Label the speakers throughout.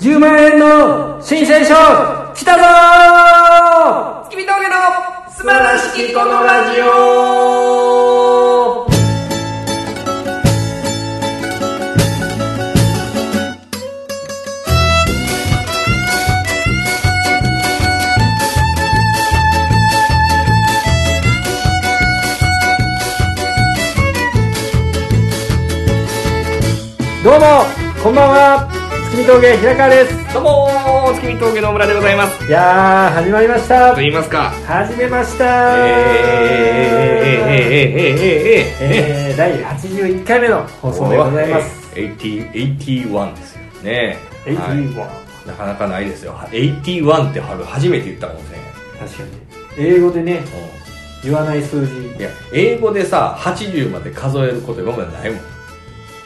Speaker 1: 10万円の申請書来たぞー
Speaker 2: 月見峠の素晴らしきこのラジオ
Speaker 1: どうもこんばんは月見峠平川です
Speaker 2: どうもー月見峠の村でございます
Speaker 1: いやー始まりました
Speaker 2: と言いますか
Speaker 1: 始めました
Speaker 2: え
Speaker 1: ー
Speaker 2: ーえーえーえ
Speaker 1: え
Speaker 2: ーえーえーえーえーえー
Speaker 1: ー第81回目の放送でございます
Speaker 2: 80 81ですよね
Speaker 1: 81
Speaker 2: はなかなかないですよ81って初めて言ったかもしれない
Speaker 1: 確かに英語でね言わない数字
Speaker 2: うんいや英語でさ80まで数えること今までないもんな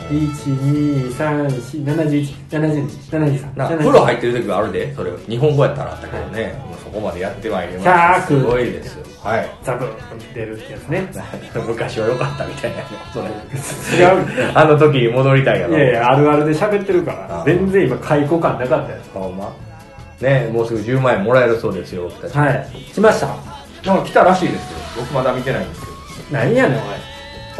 Speaker 2: 風呂
Speaker 1: 123471723
Speaker 2: 入ってる時はあるでそれを日本語やったらあったけどね、もうそこまでやってまいりまし
Speaker 1: 100
Speaker 2: たすごいですよはい
Speaker 1: ザブッ出るってやつね
Speaker 2: 昔は良かったみたいなねそれ
Speaker 1: 違う
Speaker 2: あの時に戻りたいや
Speaker 1: い
Speaker 2: ろ
Speaker 1: やいやあるあるで喋ってるから
Speaker 2: あ
Speaker 1: 全然今開口感なかったや
Speaker 2: ほんまねもうすぐ10万円もらえるそうですよ僕たち
Speaker 1: つはい来ました
Speaker 2: なんか来たらしいですよ僕まだ見てないんですけど
Speaker 1: 何やねんおい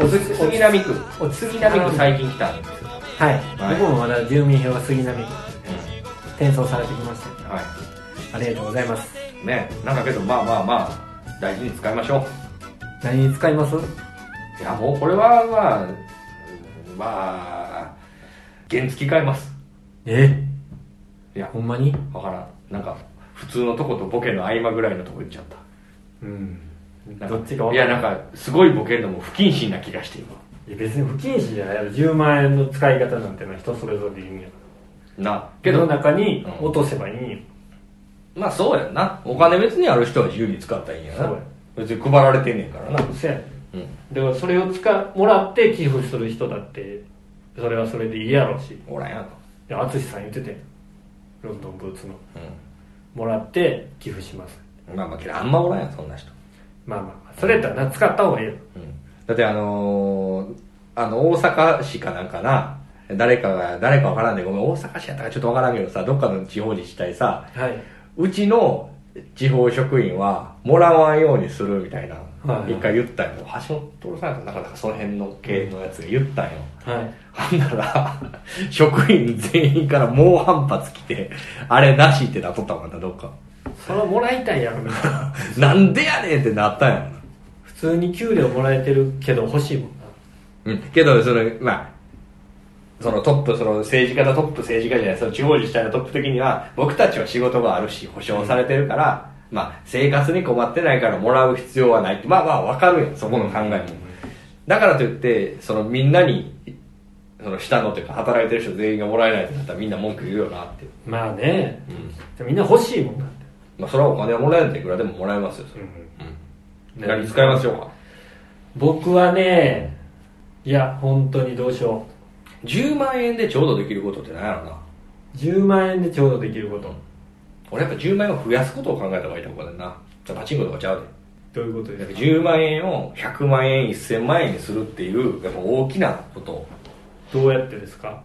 Speaker 2: おつ杉並区
Speaker 1: お杉
Speaker 2: 杉並
Speaker 1: 区
Speaker 2: 区最近来たんですよ、
Speaker 1: はい、
Speaker 2: はい
Speaker 1: 僕もまだ住民票が杉並区転送されてきまし
Speaker 2: は
Speaker 1: たありがとうございます
Speaker 2: いねなんかけどまあまあまあ大事に使いましょう
Speaker 1: 何に使います
Speaker 2: いやもうこれはまあうんまあ原付買います
Speaker 1: え
Speaker 2: いや
Speaker 1: ほんまに
Speaker 2: わからんなんか普通のとことボケの合間ぐらいのとこ行っちゃった
Speaker 1: うん
Speaker 2: なん
Speaker 1: どっちがわ
Speaker 2: い
Speaker 1: か
Speaker 2: や
Speaker 1: んない
Speaker 2: なんかすごいボケるのも不謹慎な気がして今
Speaker 1: いや別に不謹慎じゃないやろ10万円の使い方なんてのは人それぞれいいんや
Speaker 2: なけ
Speaker 1: けど
Speaker 2: ど
Speaker 1: の中に
Speaker 2: うん
Speaker 1: 落とせばいいんよ
Speaker 2: まあそうやんなお金別にある人は自由に使ったらいいんや
Speaker 1: そう
Speaker 2: な
Speaker 1: や
Speaker 2: 別に配られてんねんからな
Speaker 1: そやね
Speaker 2: うん
Speaker 1: だからそれを使もらって寄付する人だってそれはそれでいいやろうし
Speaker 2: おらんや
Speaker 1: で淳さん言っててロンドンブーツの
Speaker 2: ろ
Speaker 1: もらって寄付します
Speaker 2: うんまあまあけどあんまおらんやんそんな人
Speaker 1: まあまあそれやったらな使った方がいいよ
Speaker 2: うんだってあのーあの大阪市かなんかな誰かが誰かわからんでごめん大阪市やったかちょっとわからんけどさどっかの地方自治体さ
Speaker 1: はい、
Speaker 2: うちの地方職員はもらわんようにするみたいな、
Speaker 1: はい
Speaker 2: 一回言ったんよ橋本徹さんやったかななんかその辺の系のやつが言ったんよ、
Speaker 1: はい、
Speaker 2: ほんなら、職員全員から猛反発来て、あれなしってなっとったもんな、どっか。
Speaker 1: それはもらいたいやろみたいな
Speaker 2: なんでやねんってなったんやろな。
Speaker 1: 普通に給料もらえてるけど欲しいもんな
Speaker 2: うん。けど、その、まあ、そのトップ、その政治家のトップ、政治家じゃない、その地方自治体のトップ的には、僕たちは仕事があるし、保障されてるから、まあ、生活に困ってないからもらう必要はないって、まあまあ、わかるやん、そこの考えも。だからといって、そのみんなに、その下のというか、働いてる人全員がもらえないってなったらみんな文句言うよなって。
Speaker 1: まあね
Speaker 2: うん。
Speaker 1: みんな欲しいもんだって
Speaker 2: まあ、それはお金はもらえるんでいくらでももらえますよ、それ。
Speaker 1: うん
Speaker 2: 何に使いましょうか。
Speaker 1: 僕はねいや本当にどうしよ
Speaker 2: 10万円でちょうどできることって何やろな。
Speaker 1: う10万円でちょうどできること
Speaker 2: 俺やっぱ10万円を増やすことを考えた方がいいと思うからな。じゃあパチンコとかちゃう
Speaker 1: どういうこと
Speaker 2: で。
Speaker 1: ですか
Speaker 2: 10万円を100万円、1000万円にするっていう、やっぱ大きなこと。
Speaker 1: どうやってですか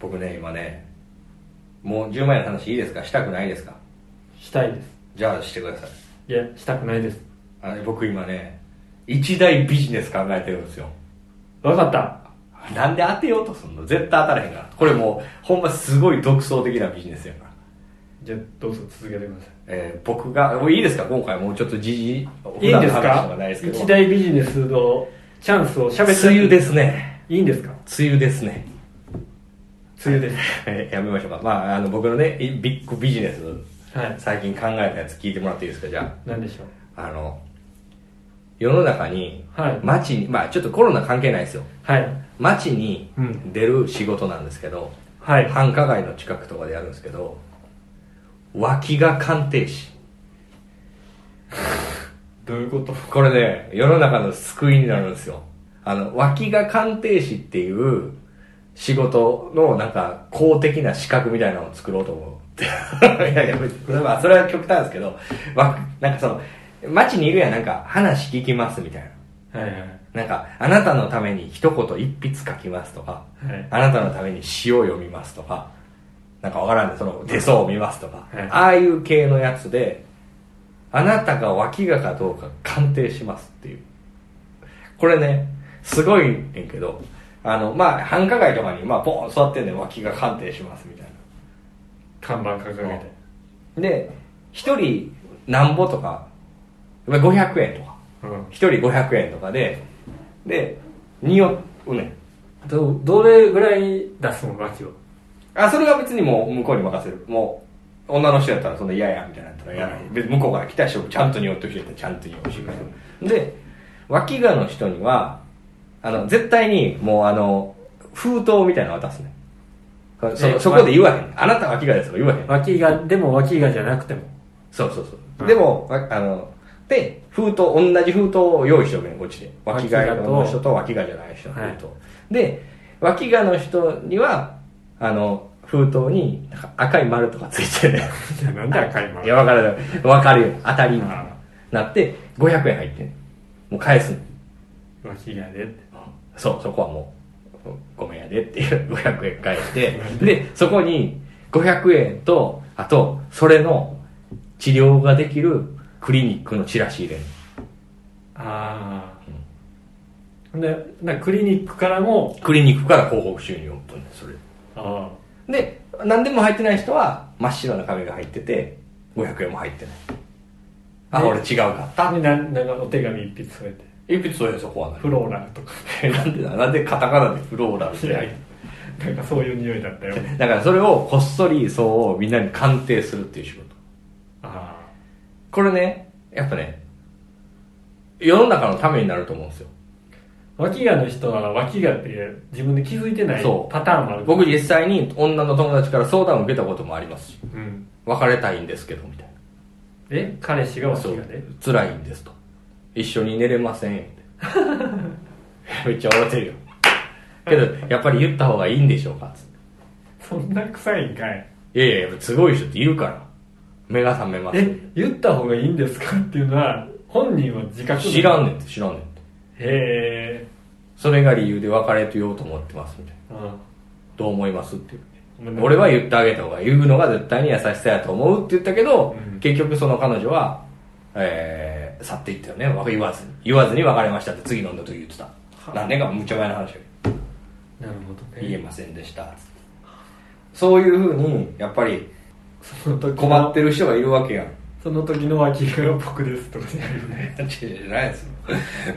Speaker 2: 僕ね、今ね、もう10万円の話いいですかしたくないですか
Speaker 1: したいです
Speaker 2: じゃあしてください。
Speaker 1: いやしたくないです
Speaker 2: あの僕今ね、一大ビジネス考えてるんですよ。
Speaker 1: わかった
Speaker 2: なんで当てようとすんの絶対当たらへんから。これもう、ほんますごい独創的なビジネスやから。
Speaker 1: じゃあどうぞ続けてくださ
Speaker 2: えー僕が、もういいですか今回もうちょっと時事、
Speaker 1: いいいんです
Speaker 2: 普段の話と
Speaker 1: か
Speaker 2: ないですけど。
Speaker 1: 一大ビジネスのチャンスをしゃべって
Speaker 2: 梅雨ですね。
Speaker 1: いいんですか
Speaker 2: 梅雨ですね。
Speaker 1: 梅雨で
Speaker 2: え ーやめましょうか。まあ、あの、僕のね、いビッグビジネス、
Speaker 1: すはい
Speaker 2: 最近考えたやつ聞いてもらっていいですかじゃ
Speaker 1: 何でしょう
Speaker 2: あ、あの、世の中に、
Speaker 1: はい
Speaker 2: 街に、まあ、ちょっとコロナ関係ないですよ。
Speaker 1: はい
Speaker 2: 街に
Speaker 1: うん
Speaker 2: 出る仕事なんですけど、
Speaker 1: はい
Speaker 2: 繁華街の近くとかでやるんですけど、脇が鑑定士。
Speaker 1: どういうこと
Speaker 2: これね、世の中の救いになるんですよ。あの、脇が鑑定士っていう仕事のなんか公的な資格みたいなのを作ろうと 思う。いやいや、これは、それは極端ですけど、わなんかその、街にいるやんなんか話聞きますみたいな。
Speaker 1: はいはい
Speaker 2: なんか、あなたのために一言一筆書きますとか、
Speaker 1: はい
Speaker 2: あなたのために詩を読みますとか、なんかわからんねその手相を見ますとか、
Speaker 1: はい
Speaker 2: ああいう系のやつであなたが脇がかどうか鑑定しますっていうこれねすごいねんけどあのまあ繁華街とかにまあボーン座ってんねん脇が鑑定しますみたいな
Speaker 1: 看板掲げて
Speaker 2: で1人なんぼとかまあ500円とか
Speaker 1: うん
Speaker 2: 1人500円とかででにおうねん
Speaker 1: どどれぐらい出すの脇を
Speaker 2: あそれは別にもう向こうに任せるもう女の人やったらそんな嫌やみたいなやったら嫌ない、別に向こうから来た人もちゃんと匂ってほしいやったらちゃんと匂ってほしいからで脇がの人にはあの絶対にもうあの封筒みたいなの渡すねそそ
Speaker 1: え
Speaker 2: そこで言わへんあなた脇がですとか言わへん
Speaker 1: 脇がでも脇がじゃなくても
Speaker 2: そうそうそう、
Speaker 1: うん
Speaker 2: でもわあので封筒同じ封筒を用意しておくねこっちで脇が
Speaker 1: 脇がと
Speaker 2: の人と脇がじゃない人の
Speaker 1: はい
Speaker 2: 封筒、で脇がの人にはあの封筒になんか赤い丸とかついてるね
Speaker 1: いやなんで赤い
Speaker 2: いや分からない分かるよ当たりみたいななって500円入ってんもう返すの
Speaker 1: 脇がでって
Speaker 2: そうそこはもうごめんやでっていう500円返 してでそこに500円とあとそれの治療ができるクリニックのチラシ入れる
Speaker 1: ああでなクリニックからも
Speaker 2: クリニックから広告収入を取るそれ
Speaker 1: あ
Speaker 2: で何でも入ってない人は真っ白な紙が入ってて500円も入ってないあ
Speaker 1: で
Speaker 2: 俺違うかっ
Speaker 1: あ
Speaker 2: た
Speaker 1: でななんかお手紙一筆添えて
Speaker 2: 一筆そうやそこは
Speaker 1: フローラルとか
Speaker 2: ないなんでだなんでカタカナでフローラルって入って
Speaker 1: なんかそういう匂いだったよ
Speaker 2: だからそれをこっそりそうみんなに鑑定するっていう仕事
Speaker 1: ああ
Speaker 2: これねやっぱね世の中のためになると思うんですよ
Speaker 1: 脇がの人は脇がって自分で気づいてない
Speaker 2: そう
Speaker 1: パターンもある
Speaker 2: 僕実際に女の友達から相談を受けたこともありますし
Speaker 1: うん
Speaker 2: 別れたいんですけどみたい
Speaker 1: え彼氏が
Speaker 2: なそ
Speaker 1: 脇
Speaker 2: う
Speaker 1: がで
Speaker 2: 辛いんですと一緒に寝れませんって めっちゃ笑ってるよけどやっぱり言った方がいいんでしょうかつっ
Speaker 1: そんな臭いんかい
Speaker 2: ていやいやすごい人っているから目が覚めます
Speaker 1: え言った方がいいんですかっていうのは本人は自覚
Speaker 2: 知らん
Speaker 1: ね
Speaker 2: ねんって知らんねんって
Speaker 1: へえ
Speaker 2: それが理由で別れてようと思ってますみたい
Speaker 1: う
Speaker 2: な
Speaker 1: ん
Speaker 2: どう思いますって言っ
Speaker 1: う
Speaker 2: て
Speaker 1: ん
Speaker 2: 俺は言ってあげた方がいい言うのが絶対に優しさやと思うって言ったけど、
Speaker 1: うん
Speaker 2: 結局その彼女は、えー去っていったよねわ言わずに言わずに別れましたって次飲んだ時言ってた
Speaker 1: は
Speaker 2: 何年かむちゃ前の話だけ
Speaker 1: なるほど
Speaker 2: ど言え
Speaker 1: ね
Speaker 2: ませんでしたっつってそういうふうにやっぱり
Speaker 1: その時の
Speaker 2: 困ってる人がいるわけやん
Speaker 1: その時の脇が僕ですとかじゃないよ ね
Speaker 2: 違う違うないですよ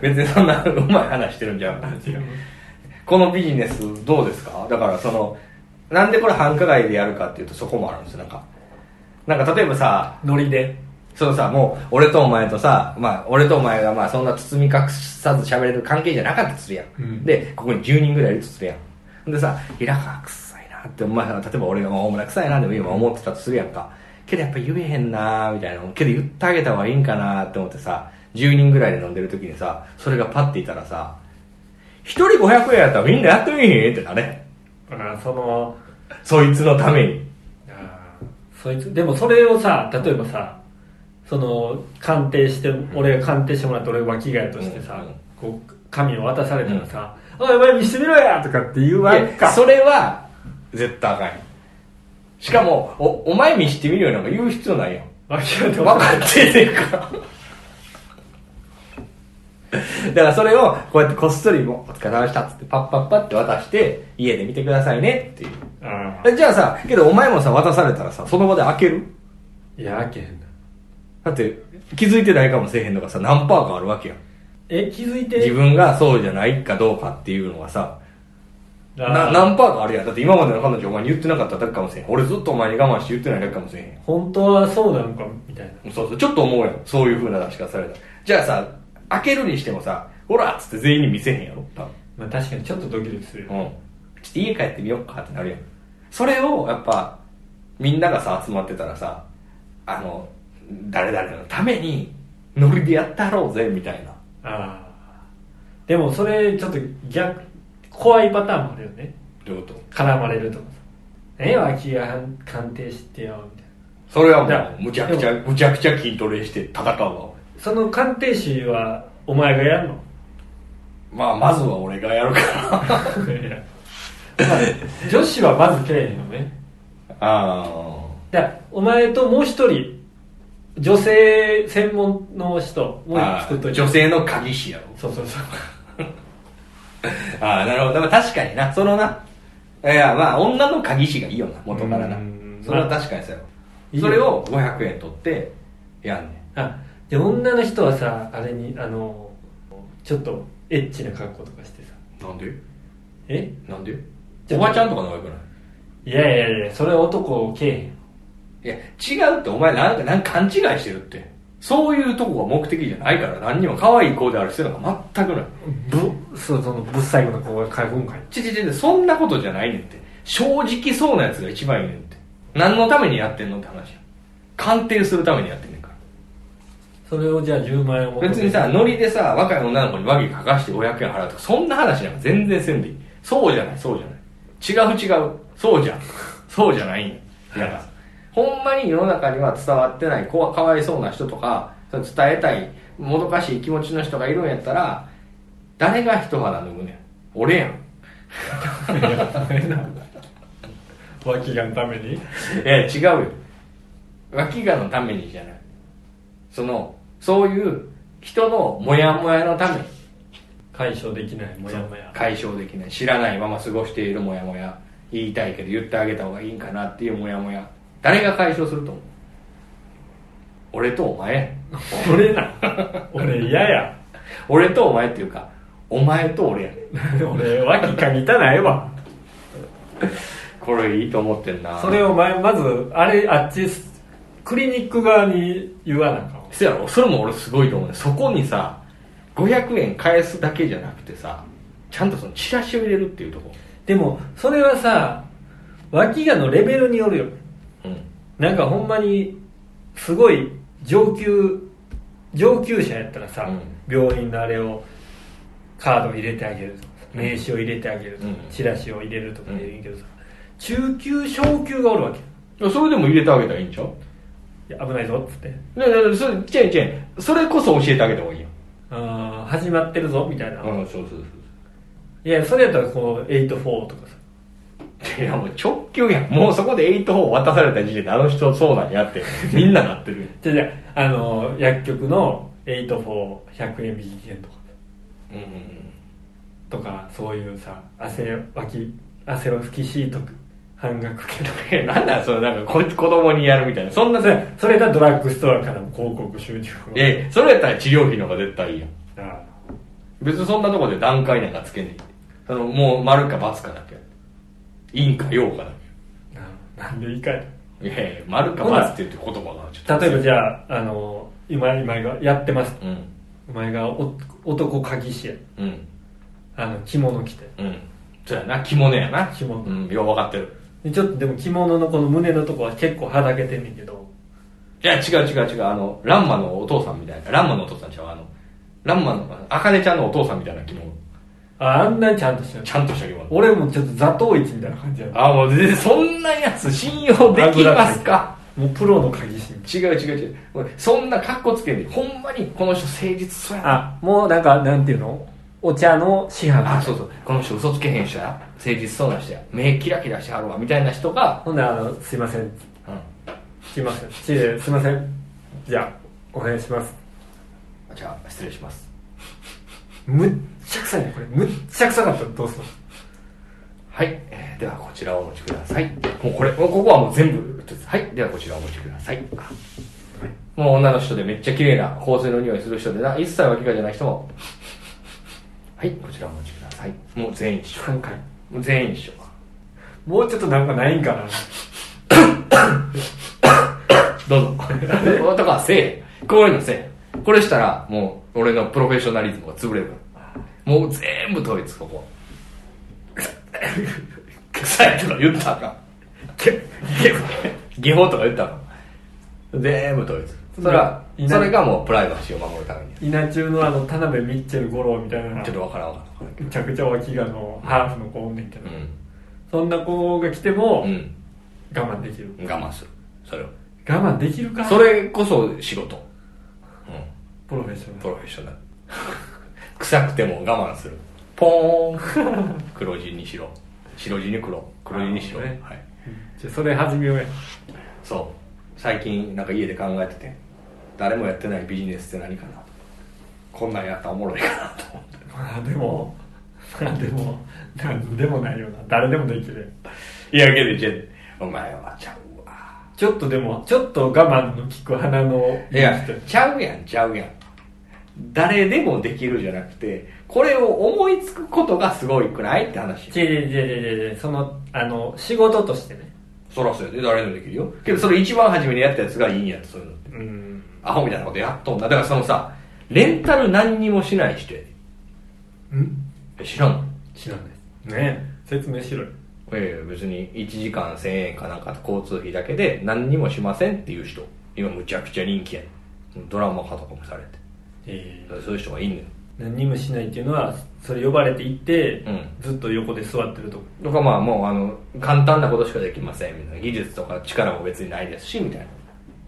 Speaker 2: 別にそんなうまい話してるんじゃん
Speaker 1: 違う
Speaker 2: このビジネスどうですかだからそのなんでこれ繁華街でやるかっていうとそこもあるんですよなんかなんか例えばさ
Speaker 1: ノリで
Speaker 2: そのさもう俺とお前とさ、まあ、俺とお前がまあそんな包み隠さず喋れる関係じゃなかったとするやん、
Speaker 1: うん
Speaker 2: でここに10人ぐらいいるとするやんでさ「平川臭いな」ってお前例えば俺が「大村臭いな」でも今思ってたとするやんかけどやっぱ言えへんなみたいなけど言ってあげた方がいいんかなって思ってさ10人ぐらいで飲んでる時にさそれがパッていたらさ1人500円やったらみんなやってみへんってなね
Speaker 1: ああその
Speaker 2: そいつのために
Speaker 1: あーそいつでもそれをさ例えばさその鑑定して俺が鑑定してもらって俺が脇がやとしてさ、こう紙を渡されたらさ「おいお前見してみろや!」とかって言うわん
Speaker 2: い
Speaker 1: か
Speaker 2: やそれは絶対あかんよしかもおお前見してみるよなんか言う必要ないよ
Speaker 1: 脇がって
Speaker 2: 分かっててんからだからそれをこうやってこっそりもう「お疲れ様でした」っつってパッパッパって渡して家で見てくださいねっていう
Speaker 1: あ
Speaker 2: えじゃあさけどお前もさ渡されたらさその場で開ける
Speaker 1: ーいや開けへんな
Speaker 2: だって気づいてないかもしれへんのがさ何パーかあるわけやん
Speaker 1: え気づいて
Speaker 2: 自分がそうじゃないかどうかっていうのがさな
Speaker 1: あー
Speaker 2: 何パーかあるやんだって今までの彼女お前に言ってなかっただけかもしれへん俺ずっとお前に我慢して言ってないだけかもしれへん
Speaker 1: 本当はそうなのかみたいな
Speaker 2: そうそう、ちょっと思うやん。そういう風な出し方されたら。じゃあさ、開けるにしてもさ、ほらっつって全員に見せへんやろ、多
Speaker 1: まあ確かにちょっとドキドキするよ
Speaker 2: 分。うん。ちょっと家帰ってみよっかってなるやん。それを、やっぱ、みんながさ、集まってたらさ、あの、誰々のために、ノリでやったろうぜ、みたいな。
Speaker 1: ああでもそれちょっと逆怖いパターンもあるよね
Speaker 2: どういうこと
Speaker 1: 絡まれるとかさ「え脇が鑑定してよ」みたいな
Speaker 2: それは
Speaker 1: だから
Speaker 2: もう、むちゃくちゃ、むちゃくちゃ筋トレして戦うわ、俺。
Speaker 1: その鑑定士はお前がやるの
Speaker 2: まあ、まずは俺がやるから。
Speaker 1: いやまあ女子はまずけえへんよね
Speaker 2: あ
Speaker 1: だからお前ともう一人女性専門の人も
Speaker 2: あ
Speaker 1: 作っといて
Speaker 2: 女性の鍵師やろ
Speaker 1: そうそうそう
Speaker 2: ああなるほどでも確かになそのないやまあ女の鍵師がいいよな元からな
Speaker 1: うん
Speaker 2: それは確かにそうやろ
Speaker 1: いいよ
Speaker 2: それを500円取ってやんねん
Speaker 1: あで女の人はさあれにあのちょっとエッチな格好とかしてさ
Speaker 2: なんで
Speaker 1: え
Speaker 2: なんで
Speaker 1: じゃ
Speaker 2: お
Speaker 1: あ
Speaker 2: ばちゃんとか仲良くない
Speaker 1: いやいやいやそれ男をけえへん
Speaker 2: いや、違うって、お前なんか、なんか勘違いしてるって。そういうとこが目的じゃないから、何にも可愛い子である必要なんか全くない。
Speaker 1: ぶそうそのぶっ最後の子が書くんかい
Speaker 2: ちちちち、そんなことじゃないねんって。正直そうなやつが一番いいねんって。何のためにやってんのって話や。鑑定するためにやってんねんから。
Speaker 1: それをじゃあ10万円を
Speaker 2: 別にさ、ノリでさ、若い女の子に和議書かして500円払うとか、そんな話なんか全然せんでいい。そうじゃない、そうじゃない。違う違う。そうじゃん。そうじゃないんや。だから、ほんまに世の中には伝わってない、こわかわいそうな人とか、その伝えたい、もどかしい気持ちの人がいるんやったら、誰が一肌脱ぐねん。俺やん。
Speaker 1: 脇がのために
Speaker 2: いや違うよ脇がのためにじゃないそのそういう人のモヤモヤのために
Speaker 1: 解消できないもやもや
Speaker 2: 解消できない知らないまま過ごしているモヤモヤ言いたいけど言ってあげた方がいいんかなっていうモヤモヤ誰が解消すると思う俺とお前
Speaker 1: 俺な俺嫌や
Speaker 2: 俺とお前っていうかお前と俺やね
Speaker 1: 俺脇かぎたないわ
Speaker 2: これいいと思ってんな
Speaker 1: それを前まずあれあっちクリニック側に言わなあかんわ
Speaker 2: そやろそれも俺すごいと思うねそこにさ500円返すだけじゃなくてさちゃんとそのチラシを入れるっていうとこ
Speaker 1: でもそれはさ脇がのレベルによるよ
Speaker 2: うん
Speaker 1: なんかほんまにすごい上級上級者やったらさ、
Speaker 2: うん
Speaker 1: 病院のあれをカード入れてあげるとかさ
Speaker 2: うん
Speaker 1: 名刺を入れてあげるとか、
Speaker 2: うん
Speaker 1: チラシを入れるとかでいいけどさ、中級昇級がおるわけ
Speaker 2: いやそれでも入れてあげたらいいんちゃう
Speaker 1: いや危ないぞっつって
Speaker 2: ねねねそれチェンチェンそれこそ教えてあげた方がいいよ
Speaker 1: あー始まってるぞみたいな、い
Speaker 2: んそうそう
Speaker 1: やそれやったらこう84とかさ
Speaker 2: そういやもう直球やんもうそこで8を渡された時点であの人そうなんやってみんななってるよ
Speaker 1: じゃあじゃああの薬局の84100円引き券とか
Speaker 2: うんうん
Speaker 1: とかそういうさ汗わき汗を拭きシート半額券と か
Speaker 2: うんなんだそのなんかこ子供にやるみたいなそんな
Speaker 1: それそれがドラッグストアからの広告収入を
Speaker 2: えそれやったら治療費の方が絶対いいやん
Speaker 1: ああ
Speaker 2: 別にそんなとこで段階なんかつけねえそのもう丸か×かだけ陰か陽かだ
Speaker 1: ななんでいいかい
Speaker 2: けいやいや丸か×って言って言葉がちょっと
Speaker 1: 例えばじゃああの今今がやってます
Speaker 2: うん
Speaker 1: お前がお男鍵師や
Speaker 2: うん
Speaker 1: あの着物着て
Speaker 2: うんそうやな着物やな
Speaker 1: 着物
Speaker 2: うんよう分かってる
Speaker 1: でちょっとでも着物のこの胸のとこは結構はだけてんねんけど
Speaker 2: いや、違う違う違う。あの、ランマのお父さんみたいな。ランマのお父さんちゃう。あの、ランマの、あかねちゃんのお父さんみたいな着物。
Speaker 1: ああんなにちゃんとしてる
Speaker 2: ちゃんとした着物。
Speaker 1: 俺もちょっと座頭市みたいな感じやな
Speaker 2: あ、もう全然、そんなやつ信用できますか
Speaker 1: もうプロの鍵師みたい
Speaker 2: 違う違う違う。俺そんな格好つけんで、ほんまにこの人誠実そうやな。
Speaker 1: あもうなんかなんていうのお茶の師範
Speaker 2: あ、そうそう。この人嘘つけへん人や。誠実そうな人や。目キラキラしてはるわ。みたいな人が、
Speaker 1: ほんであのすいません
Speaker 2: うん。
Speaker 1: すいませんちえすいませんじゃあお願いします
Speaker 2: じゃあ、失礼します。
Speaker 1: むっちゃくさいねこれむっちゃくさかったらどうする
Speaker 2: はい、えーではこちらをお持ちください。もうこれ、もうここはもう全部、はい、ではこちらをお持ちください。もう女の人でめっちゃ綺麗な香水の匂いする人でな、一切脇がじゃない人も、はい、こちらをお持ちください。もう全員一緒。
Speaker 1: 3回
Speaker 2: もう全員一緒。
Speaker 1: もうちょっとなんかないんかな
Speaker 2: どうぞ。とかせえへん。こういうのせえへん。これしたら、もう俺のプロフェッショナリズムが潰れるから。もう全部統一、こ こ。臭いとか言ったらあかん。 技法とか言ったらあかん。全部統一。それは、
Speaker 1: いない
Speaker 2: それがもうプライバシーを守るために。
Speaker 1: 稲中のあの田辺ミッチェル五郎みたいな
Speaker 2: ちょっとわからんわ。
Speaker 1: めちゃくちゃ脇がのハーフの子おんねんけど、
Speaker 2: う
Speaker 1: そんな子が来ても
Speaker 2: ん。うん。
Speaker 1: 我慢できる
Speaker 2: 我慢する。それを。
Speaker 1: 我慢できるか
Speaker 2: それこそ仕事。うん。
Speaker 1: プロフェッショナ
Speaker 2: プロフェッショナル 臭くても我慢 するポーン黒地に白白地に黒黒地に白、
Speaker 1: なるほどね
Speaker 2: はい
Speaker 1: じゃあそれ始めようや
Speaker 2: そう最近なんか家で考えてて誰もやってないビジネスって何かなこんなんやったらおもろいかなと 思って
Speaker 1: まあでもまあでも何でもないよな誰でもできる
Speaker 2: いやけどじゃあお前はちゃうわ
Speaker 1: ちょっとでもちょっと我慢の効く鼻の
Speaker 2: いやちゃうやんちゃうやん誰でもできるじゃなくてこれを思いつくことがすごいくないって話
Speaker 1: 違う違う違う違う違うそのあの仕事としてね
Speaker 2: そらそうやで誰でもできるよけどそれ一番初めにやったやつがいいんやってそういうのって
Speaker 1: うん
Speaker 2: アホみたいなことやっとんだだからそのさレンタル何にもしない人やで
Speaker 1: ん
Speaker 2: え知らんの
Speaker 1: 知らないねえ説明しろよ
Speaker 2: ええ別に1時間1000円かなんか交通費だけで何にもしませんっていう人今むちゃくちゃ人気やねんドラマ化とかもされて
Speaker 1: え
Speaker 2: そういう人がいんのよ
Speaker 1: 何にもしないっていうのはそれ呼ばれて行って、
Speaker 2: うん
Speaker 1: ずっと横で座ってるとこ
Speaker 2: とかまあもうあの簡単なことしかできませんみたいな技術とか力も別にないですしみたいな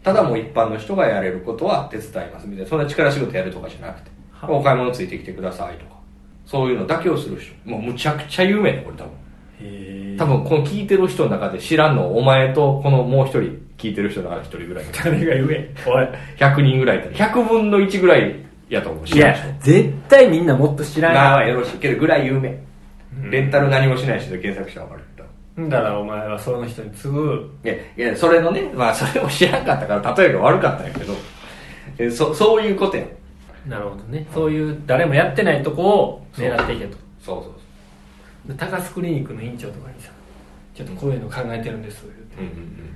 Speaker 2: ただもう一般の人がやれることは手伝いますみたいなそんな力仕事やるとかじゃなくて
Speaker 1: はい
Speaker 2: お買い物ついてきてくださいとかそういうのだけをする人もうむちゃくちゃ有名だこれ多分
Speaker 1: へえ
Speaker 2: 多分この聞いてる人の中で知らんのお前とこのもう一人聞いてる人の中で一人ぐらい
Speaker 1: 誰が言えおい
Speaker 2: 100人ぐらいいたら100分の1ぐらいやと思う
Speaker 3: い
Speaker 2: 知らん
Speaker 3: や
Speaker 2: 人、
Speaker 3: 絶対みんなもっと知らん
Speaker 2: まあま
Speaker 3: よ。
Speaker 2: あよろしいけどぐらい有名、レンタル何もしない人で検索したら分かるけど
Speaker 1: んだからお前はその人に次ぐ
Speaker 2: いやいやそれのねまあそれも知らんかったから例えが悪かったんやけどえそそういうことやん
Speaker 3: なるほどね。そういう誰もやってないとこを狙っていけと。
Speaker 2: そうそう
Speaker 1: 高須クリニックの院長とかにさちょっとこういうの考えてるんです言うて
Speaker 2: そううんうん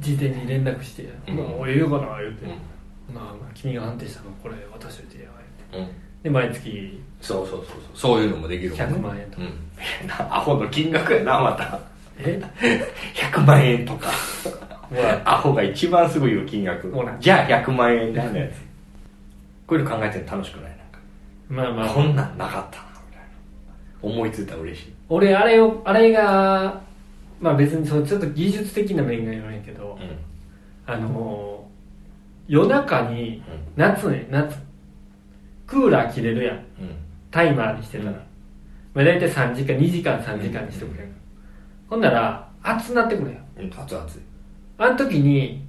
Speaker 1: 事前に連絡してや「
Speaker 2: うん
Speaker 1: もう俺言うかな」言うて
Speaker 2: う
Speaker 1: 「
Speaker 2: ん
Speaker 1: まあまあ君が判定したのこれ渡しといてや」言うて
Speaker 2: うんうん
Speaker 1: で毎月
Speaker 2: そうそうそうそうそういうのもできるもんね
Speaker 1: 100万円と
Speaker 2: う
Speaker 1: か
Speaker 2: んいやなアホの金額やなまた
Speaker 1: え
Speaker 2: 100万円とか
Speaker 1: ほら
Speaker 2: アホが一番すぐ言う金額
Speaker 1: ほら
Speaker 2: じゃあ100万円なんだやつこういうの考えてるの楽しくないなんか
Speaker 1: まあま
Speaker 2: こ
Speaker 1: あ
Speaker 2: んなんなかったなみたいな思いついたら嬉しい
Speaker 1: 俺あれをあれがまあ別にそのちょっと技術的な面が言わないけど
Speaker 2: うん
Speaker 1: あのー夜中に夏ね夏クーラー切れるやん
Speaker 2: うん
Speaker 1: タイマーにしてたら、
Speaker 2: うん
Speaker 1: まあ大体3時間2時間3時間にしてくれる、ほんなら暑なってくれよ
Speaker 2: うん熱々
Speaker 1: あの時に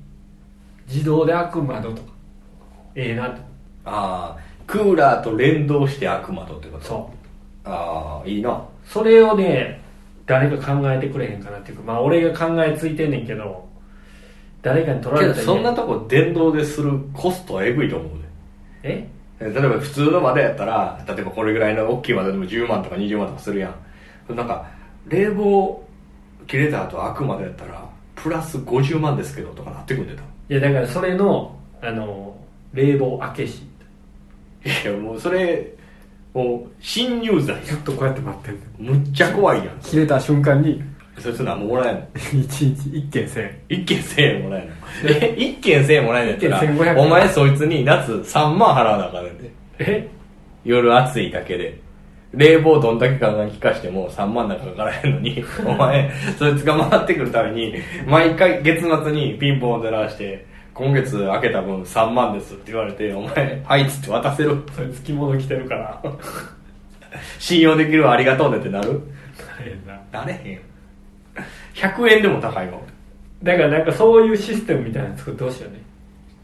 Speaker 1: 自動で開く窓とかええなと
Speaker 2: ああクーラーと連動して悪魔とってこと
Speaker 1: そ
Speaker 2: ああいいな
Speaker 1: うそれをね誰か考えてくれへんかなっていうかまあ俺が考えついてんねんけど誰かに取ら
Speaker 2: け
Speaker 1: れ
Speaker 2: ど
Speaker 1: たら
Speaker 2: そんな
Speaker 1: と
Speaker 2: とこ電動でするコストはえぐいと思うで
Speaker 1: え
Speaker 2: え例えば普通の窓やったら例えばこれぐらいの大きい窓でも10万とか20万とかするやんなんか冷房切れた後悪魔やったらプラス50万ですけどとかなってくんでた
Speaker 1: いやだからそれのあの冷房開けし
Speaker 2: いやもうそれもう侵入罪や
Speaker 1: っとこうやって待ってんの
Speaker 2: むっちゃ怖いやん
Speaker 3: 切れた瞬間に、
Speaker 2: そいつ何ももらえんの
Speaker 3: 1日1件1000円。
Speaker 2: 一件千円もらえないのえ一件千円もらえないんや
Speaker 1: 一件
Speaker 2: っ
Speaker 1: 1500
Speaker 2: た
Speaker 1: 円
Speaker 2: らお前そいつに夏3万払わなあかんねんで
Speaker 1: え
Speaker 2: 夜暑いだけで冷房どんだけガンガン効かしても3万なんかかからへんの にお前そいつが回ってくるために毎回月末にピンポンを照らして今月開けた分3万ですって言われてお前はいっつって渡せる
Speaker 1: それ付き物着てるから
Speaker 2: 信用できるわありがとうねってなる
Speaker 1: 大変だ
Speaker 2: なれへんよ100円でも高いわ
Speaker 1: だからなんかそういうシステムみたいなの作ってほしいよね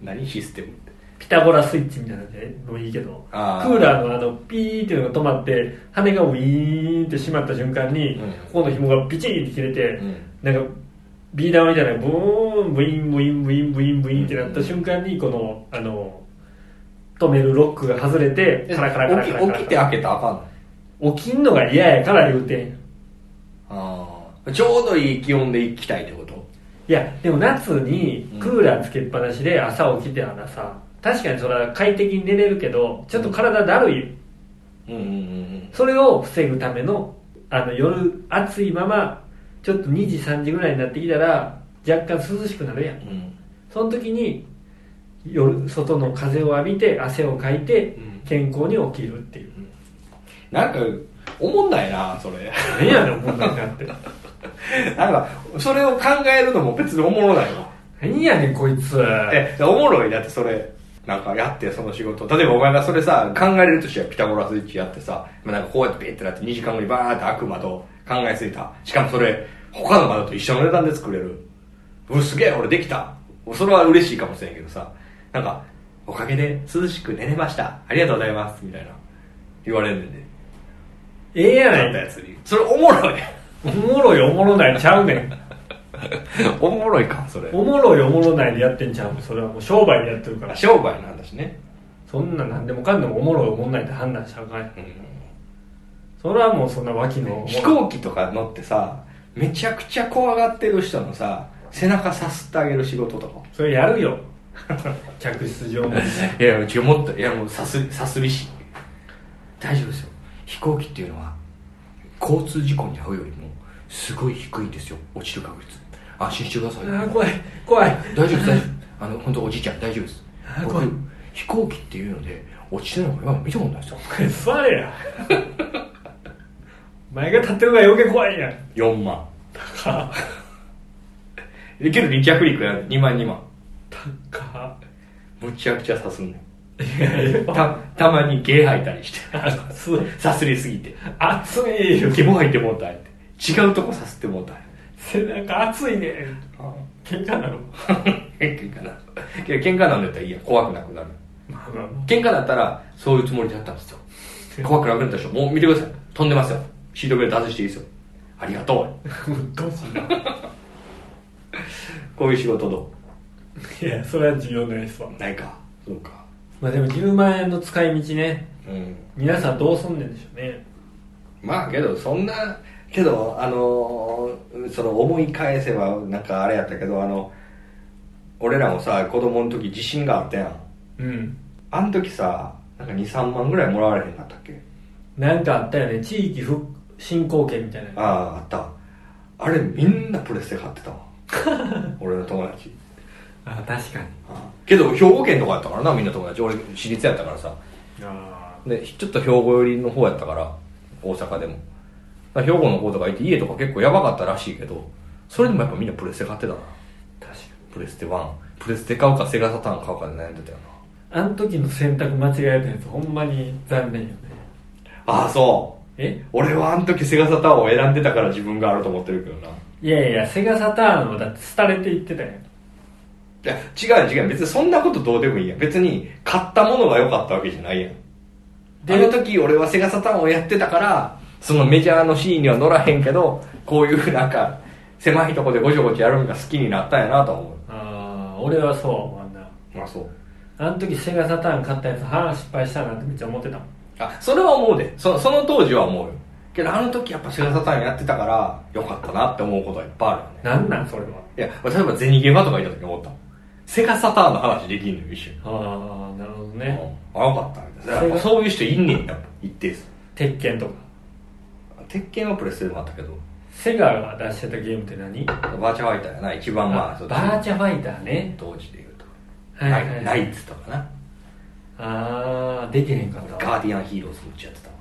Speaker 2: 何システムって
Speaker 1: ピタゴラスイッチみたいなのでもいいけどク
Speaker 2: あー
Speaker 1: ーラーのあのピーっていうのが止まって羽がウィーンって閉まった瞬間に、
Speaker 2: うん
Speaker 1: ここの紐がビチンって切れて、
Speaker 2: ん
Speaker 1: なんかビー玉みたいなのがブーンブインブインブインブインブインってなった瞬間にこのあの止めるロックが外れてカラカラカラカラカラ
Speaker 2: 起き起きて開けたらあかんの
Speaker 1: 起きんのが嫌やから言うてん
Speaker 2: ああちょうどいい気温で行きたいってこと
Speaker 1: いやでも夏に
Speaker 2: うん
Speaker 1: クーラーつけっぱなしで朝起きてあらさ確かにそれは快適に寝れるけどちょっと体だるいよ
Speaker 2: うんうんうん
Speaker 1: それを防ぐためのあの夜暑いままちょっと2時3時ぐらいになってきたら若干涼しくなるやん
Speaker 2: うんうん
Speaker 1: その時に夜外の風を浴びて汗をかいて
Speaker 2: うん
Speaker 1: 健康に起きるっていう
Speaker 2: なんかおもんないなそれ
Speaker 1: 何やねんおもんないなって
Speaker 2: なんかそれを考えるのも別におもろないわ
Speaker 1: 何やねんこいつ
Speaker 2: えおもろいだってそれなんかやってその仕事例えばお前がそれさ考えれるとしたらピタゴラスイッチやってさまあなんかこうやってペッてなって2時間後にバーって悪魔と考えついたしかもそれ他の方と一緒の値段で作れる。うん、すげえ、俺できた。それは嬉しいかもしれんけどさ、なんか、おかげで涼しく寝れました。ありがとうございます。みたいな。言われんねんで。
Speaker 1: ええや
Speaker 2: な
Speaker 1: ない
Speaker 2: ったやつに。それおもろい。
Speaker 1: おもろいおもろないちゃうねん
Speaker 2: おもろいか、それ。
Speaker 1: おもろいおもろないでやってんちゃうそれはもう商売でやってるから
Speaker 2: 商売の話ね。
Speaker 1: そんな何でもかんでもおもろいおもろないって判断しちゃうから
Speaker 2: うん
Speaker 1: それはもうそんな脇の
Speaker 2: 飛行機とか乗ってさ、めちゃくちゃ怖がってる人のさ、背中さすってあげる仕事とか。
Speaker 1: それやるよ 客室乗務員
Speaker 2: いや、うちもっと、いや、もうさす、さすりし。大丈夫ですよ。飛行機っていうのは、交通事故に遭うよりも、すごい低いんですよ。落ちる確率。安心してください。
Speaker 1: あー怖い怖い
Speaker 2: 大丈夫です、大丈夫。あの、本当おじいちゃん、大丈夫です。
Speaker 1: あ怖い
Speaker 2: 僕、飛行機っていうので、落ちてるのが今まで見たことないですよ。
Speaker 1: 座れや 前が立ってるから余計怖いやん
Speaker 2: 4万。でけど離着陸や2万2万。
Speaker 1: か
Speaker 2: むちゃくちゃさすんねん。
Speaker 1: いやいや
Speaker 2: た、たまにゲー吐いたりして。
Speaker 1: 熱い
Speaker 2: さすりすぎて。
Speaker 1: 熱いよ
Speaker 2: ゲボ吐いてもうたって。違うとこさすってもうた。
Speaker 1: 背中熱いね喧嘩なの
Speaker 2: 喧嘩な。けど喧嘩なんだったらいいや。怖くなくなる。
Speaker 1: まあまあま
Speaker 2: 喧嘩だったら、そういうつもりだったん ですよ。怖くなくなったでしょ。もう見てください。飛んでますよ。シートベルト外していいですよ。ありがとう。
Speaker 1: あもうどうすんの
Speaker 2: こういう仕事ど
Speaker 1: いやそれは需要ないっすわ
Speaker 2: うないか。そうか。
Speaker 1: まあでも10万円の使い道ね
Speaker 2: うん。
Speaker 1: 皆さんどうすんねんでしょうね
Speaker 2: まあけどそんなけどあのーその思い返せばなんかあれやったけどあの俺らもさ子供の時自信があったやん
Speaker 1: うん
Speaker 2: あの時さなんか23万ぐらいもらわれへんかったっけ
Speaker 1: なんかあったよね地域復振興券みたいな
Speaker 2: あああったあれみんなプレステ買ってたわ 俺の友達
Speaker 1: あ確かに
Speaker 2: ああけど兵庫県とかやったからなみんな友達俺私立やったからさ
Speaker 1: あ
Speaker 2: でちょっと兵庫寄りの方やったから大阪でもだから兵庫の方とか行って家とか結構やばかったらしいけどそれでもやっぱみんなプレステ買ってたな
Speaker 1: あ確かに
Speaker 2: プレステ1プレステ買うかセガサターン買うかで悩んでたよな
Speaker 1: あの時の選択間違えたやつほんまに残念よね
Speaker 2: ああそう
Speaker 1: え
Speaker 2: 俺はあの時セガサターンを選んでたから自分があると思ってるけどない
Speaker 1: やいやセガサターンはだって廃れていってたやん
Speaker 2: いや違う違う別にそんなことどうでもいいやん別に買ったものが良かったわけじゃないやん
Speaker 1: で
Speaker 2: あの時俺はセガサターンをやってたからそのメジャーのシーンには乗らへんけどこういうなんか狭いとこでごちゃごちゃやるのが好きになったんやなとは思
Speaker 1: ああ俺はそうは思わんな
Speaker 2: うまあそう
Speaker 1: あの時セガサターン買ったやつはあ失敗したなってめっちゃ思ってたもん
Speaker 2: あそれは思うでそその当時は思うよけどあの時やっぱセガサターンやってたから良かったなって思うことはいっぱいあるよね
Speaker 1: なんなんそれはい
Speaker 2: や、例えばゼニゲバとかいた時思ったもんセガサターンの話できんのよ、一瞬。
Speaker 1: ああなるほどね
Speaker 2: あ、よかった、みたいな。やっぱそういう人いんねん、やっぱ、一定数。
Speaker 1: 鉄拳とか
Speaker 2: 鉄拳はプレステでもあったけど、
Speaker 1: セガが出してたゲームって何
Speaker 2: バーチャファイターやな、一番まあ、そう
Speaker 1: バーチャファイターね
Speaker 2: 当時で言うと。
Speaker 1: はいはいはい
Speaker 2: ナイナイツとかな。
Speaker 1: ああできへんかったわ
Speaker 2: ガーディアンヒーローズもっちゃってたわ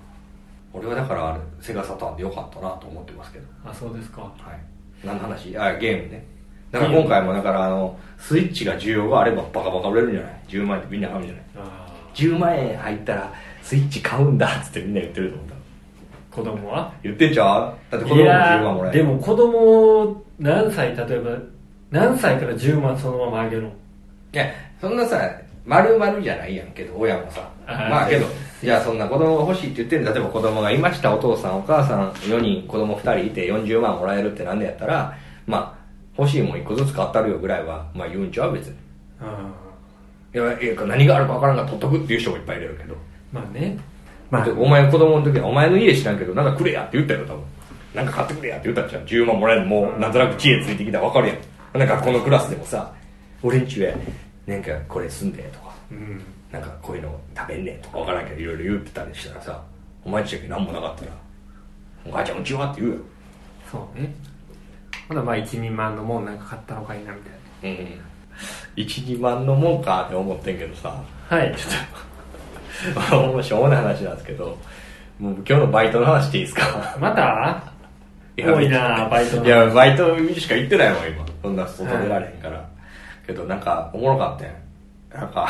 Speaker 2: 俺はだからあれ、セガサターンでよかったなと思ってますけど。
Speaker 1: あそうですか
Speaker 2: はい。何の話あ、ゲームね。だから今回もだからあの、スイッチが需要があればバカバカ売れるんじゃない ?10 万円でみんな買うんじゃない
Speaker 1: あ
Speaker 2: 10万円入ったらスイッチ買うんだっつってみんな言ってると思った
Speaker 1: あ子供は
Speaker 2: 言ってんじゃんだって子供
Speaker 1: い
Speaker 2: も
Speaker 1: や
Speaker 2: 10万もら
Speaker 1: ー
Speaker 2: える
Speaker 1: でも子供何歳例えば何歳から10万そのままあげるの
Speaker 2: いやそんなさ丸々じゃないやんけど親もさ
Speaker 1: あー
Speaker 2: まあけどじゃあそんな子供が欲しいって言ってんだ例えば子供がいましたお父さんお母さん4人子供2人いて40万もらえるってなんでやったらまあ欲しいもん1個ずつ買ったるよぐらいはまあ言うんちゃう別に
Speaker 1: あ
Speaker 2: いやいや何があるか分からんから取っとくっていう人もいっぱいいるけど
Speaker 1: あまあねまあ
Speaker 2: でお前子供の時はお前の家知らんけどなんかくれやって言ったよ多分なんか買ってくれやって言ったじゃん10万もらえるのもうなんとなく知恵ついてきたら分かるやんなんか学校のクラスでもさ俺んちはなんかこれ住んでとか
Speaker 1: うん
Speaker 2: なんかこういうの食べんねんとか分からんけどいろいろ言ってたりしたらさお前んちだけ何もなかったらお母ちゃんうちはって言うよ
Speaker 1: そうねほなまあ1人万のもんなんか買ったのがいいなみたい
Speaker 2: うん12万のもんかって思ってんけどさ
Speaker 1: なはい
Speaker 2: もうしょうもない話なんですけどもう今日のバイトの話でいいですか
Speaker 1: また
Speaker 2: いや
Speaker 1: 多いなバイトの
Speaker 2: いや、バイトしか行ってないもん、今。そんな外出られへんから。 けど、なんか、おもろかったやん。なんか、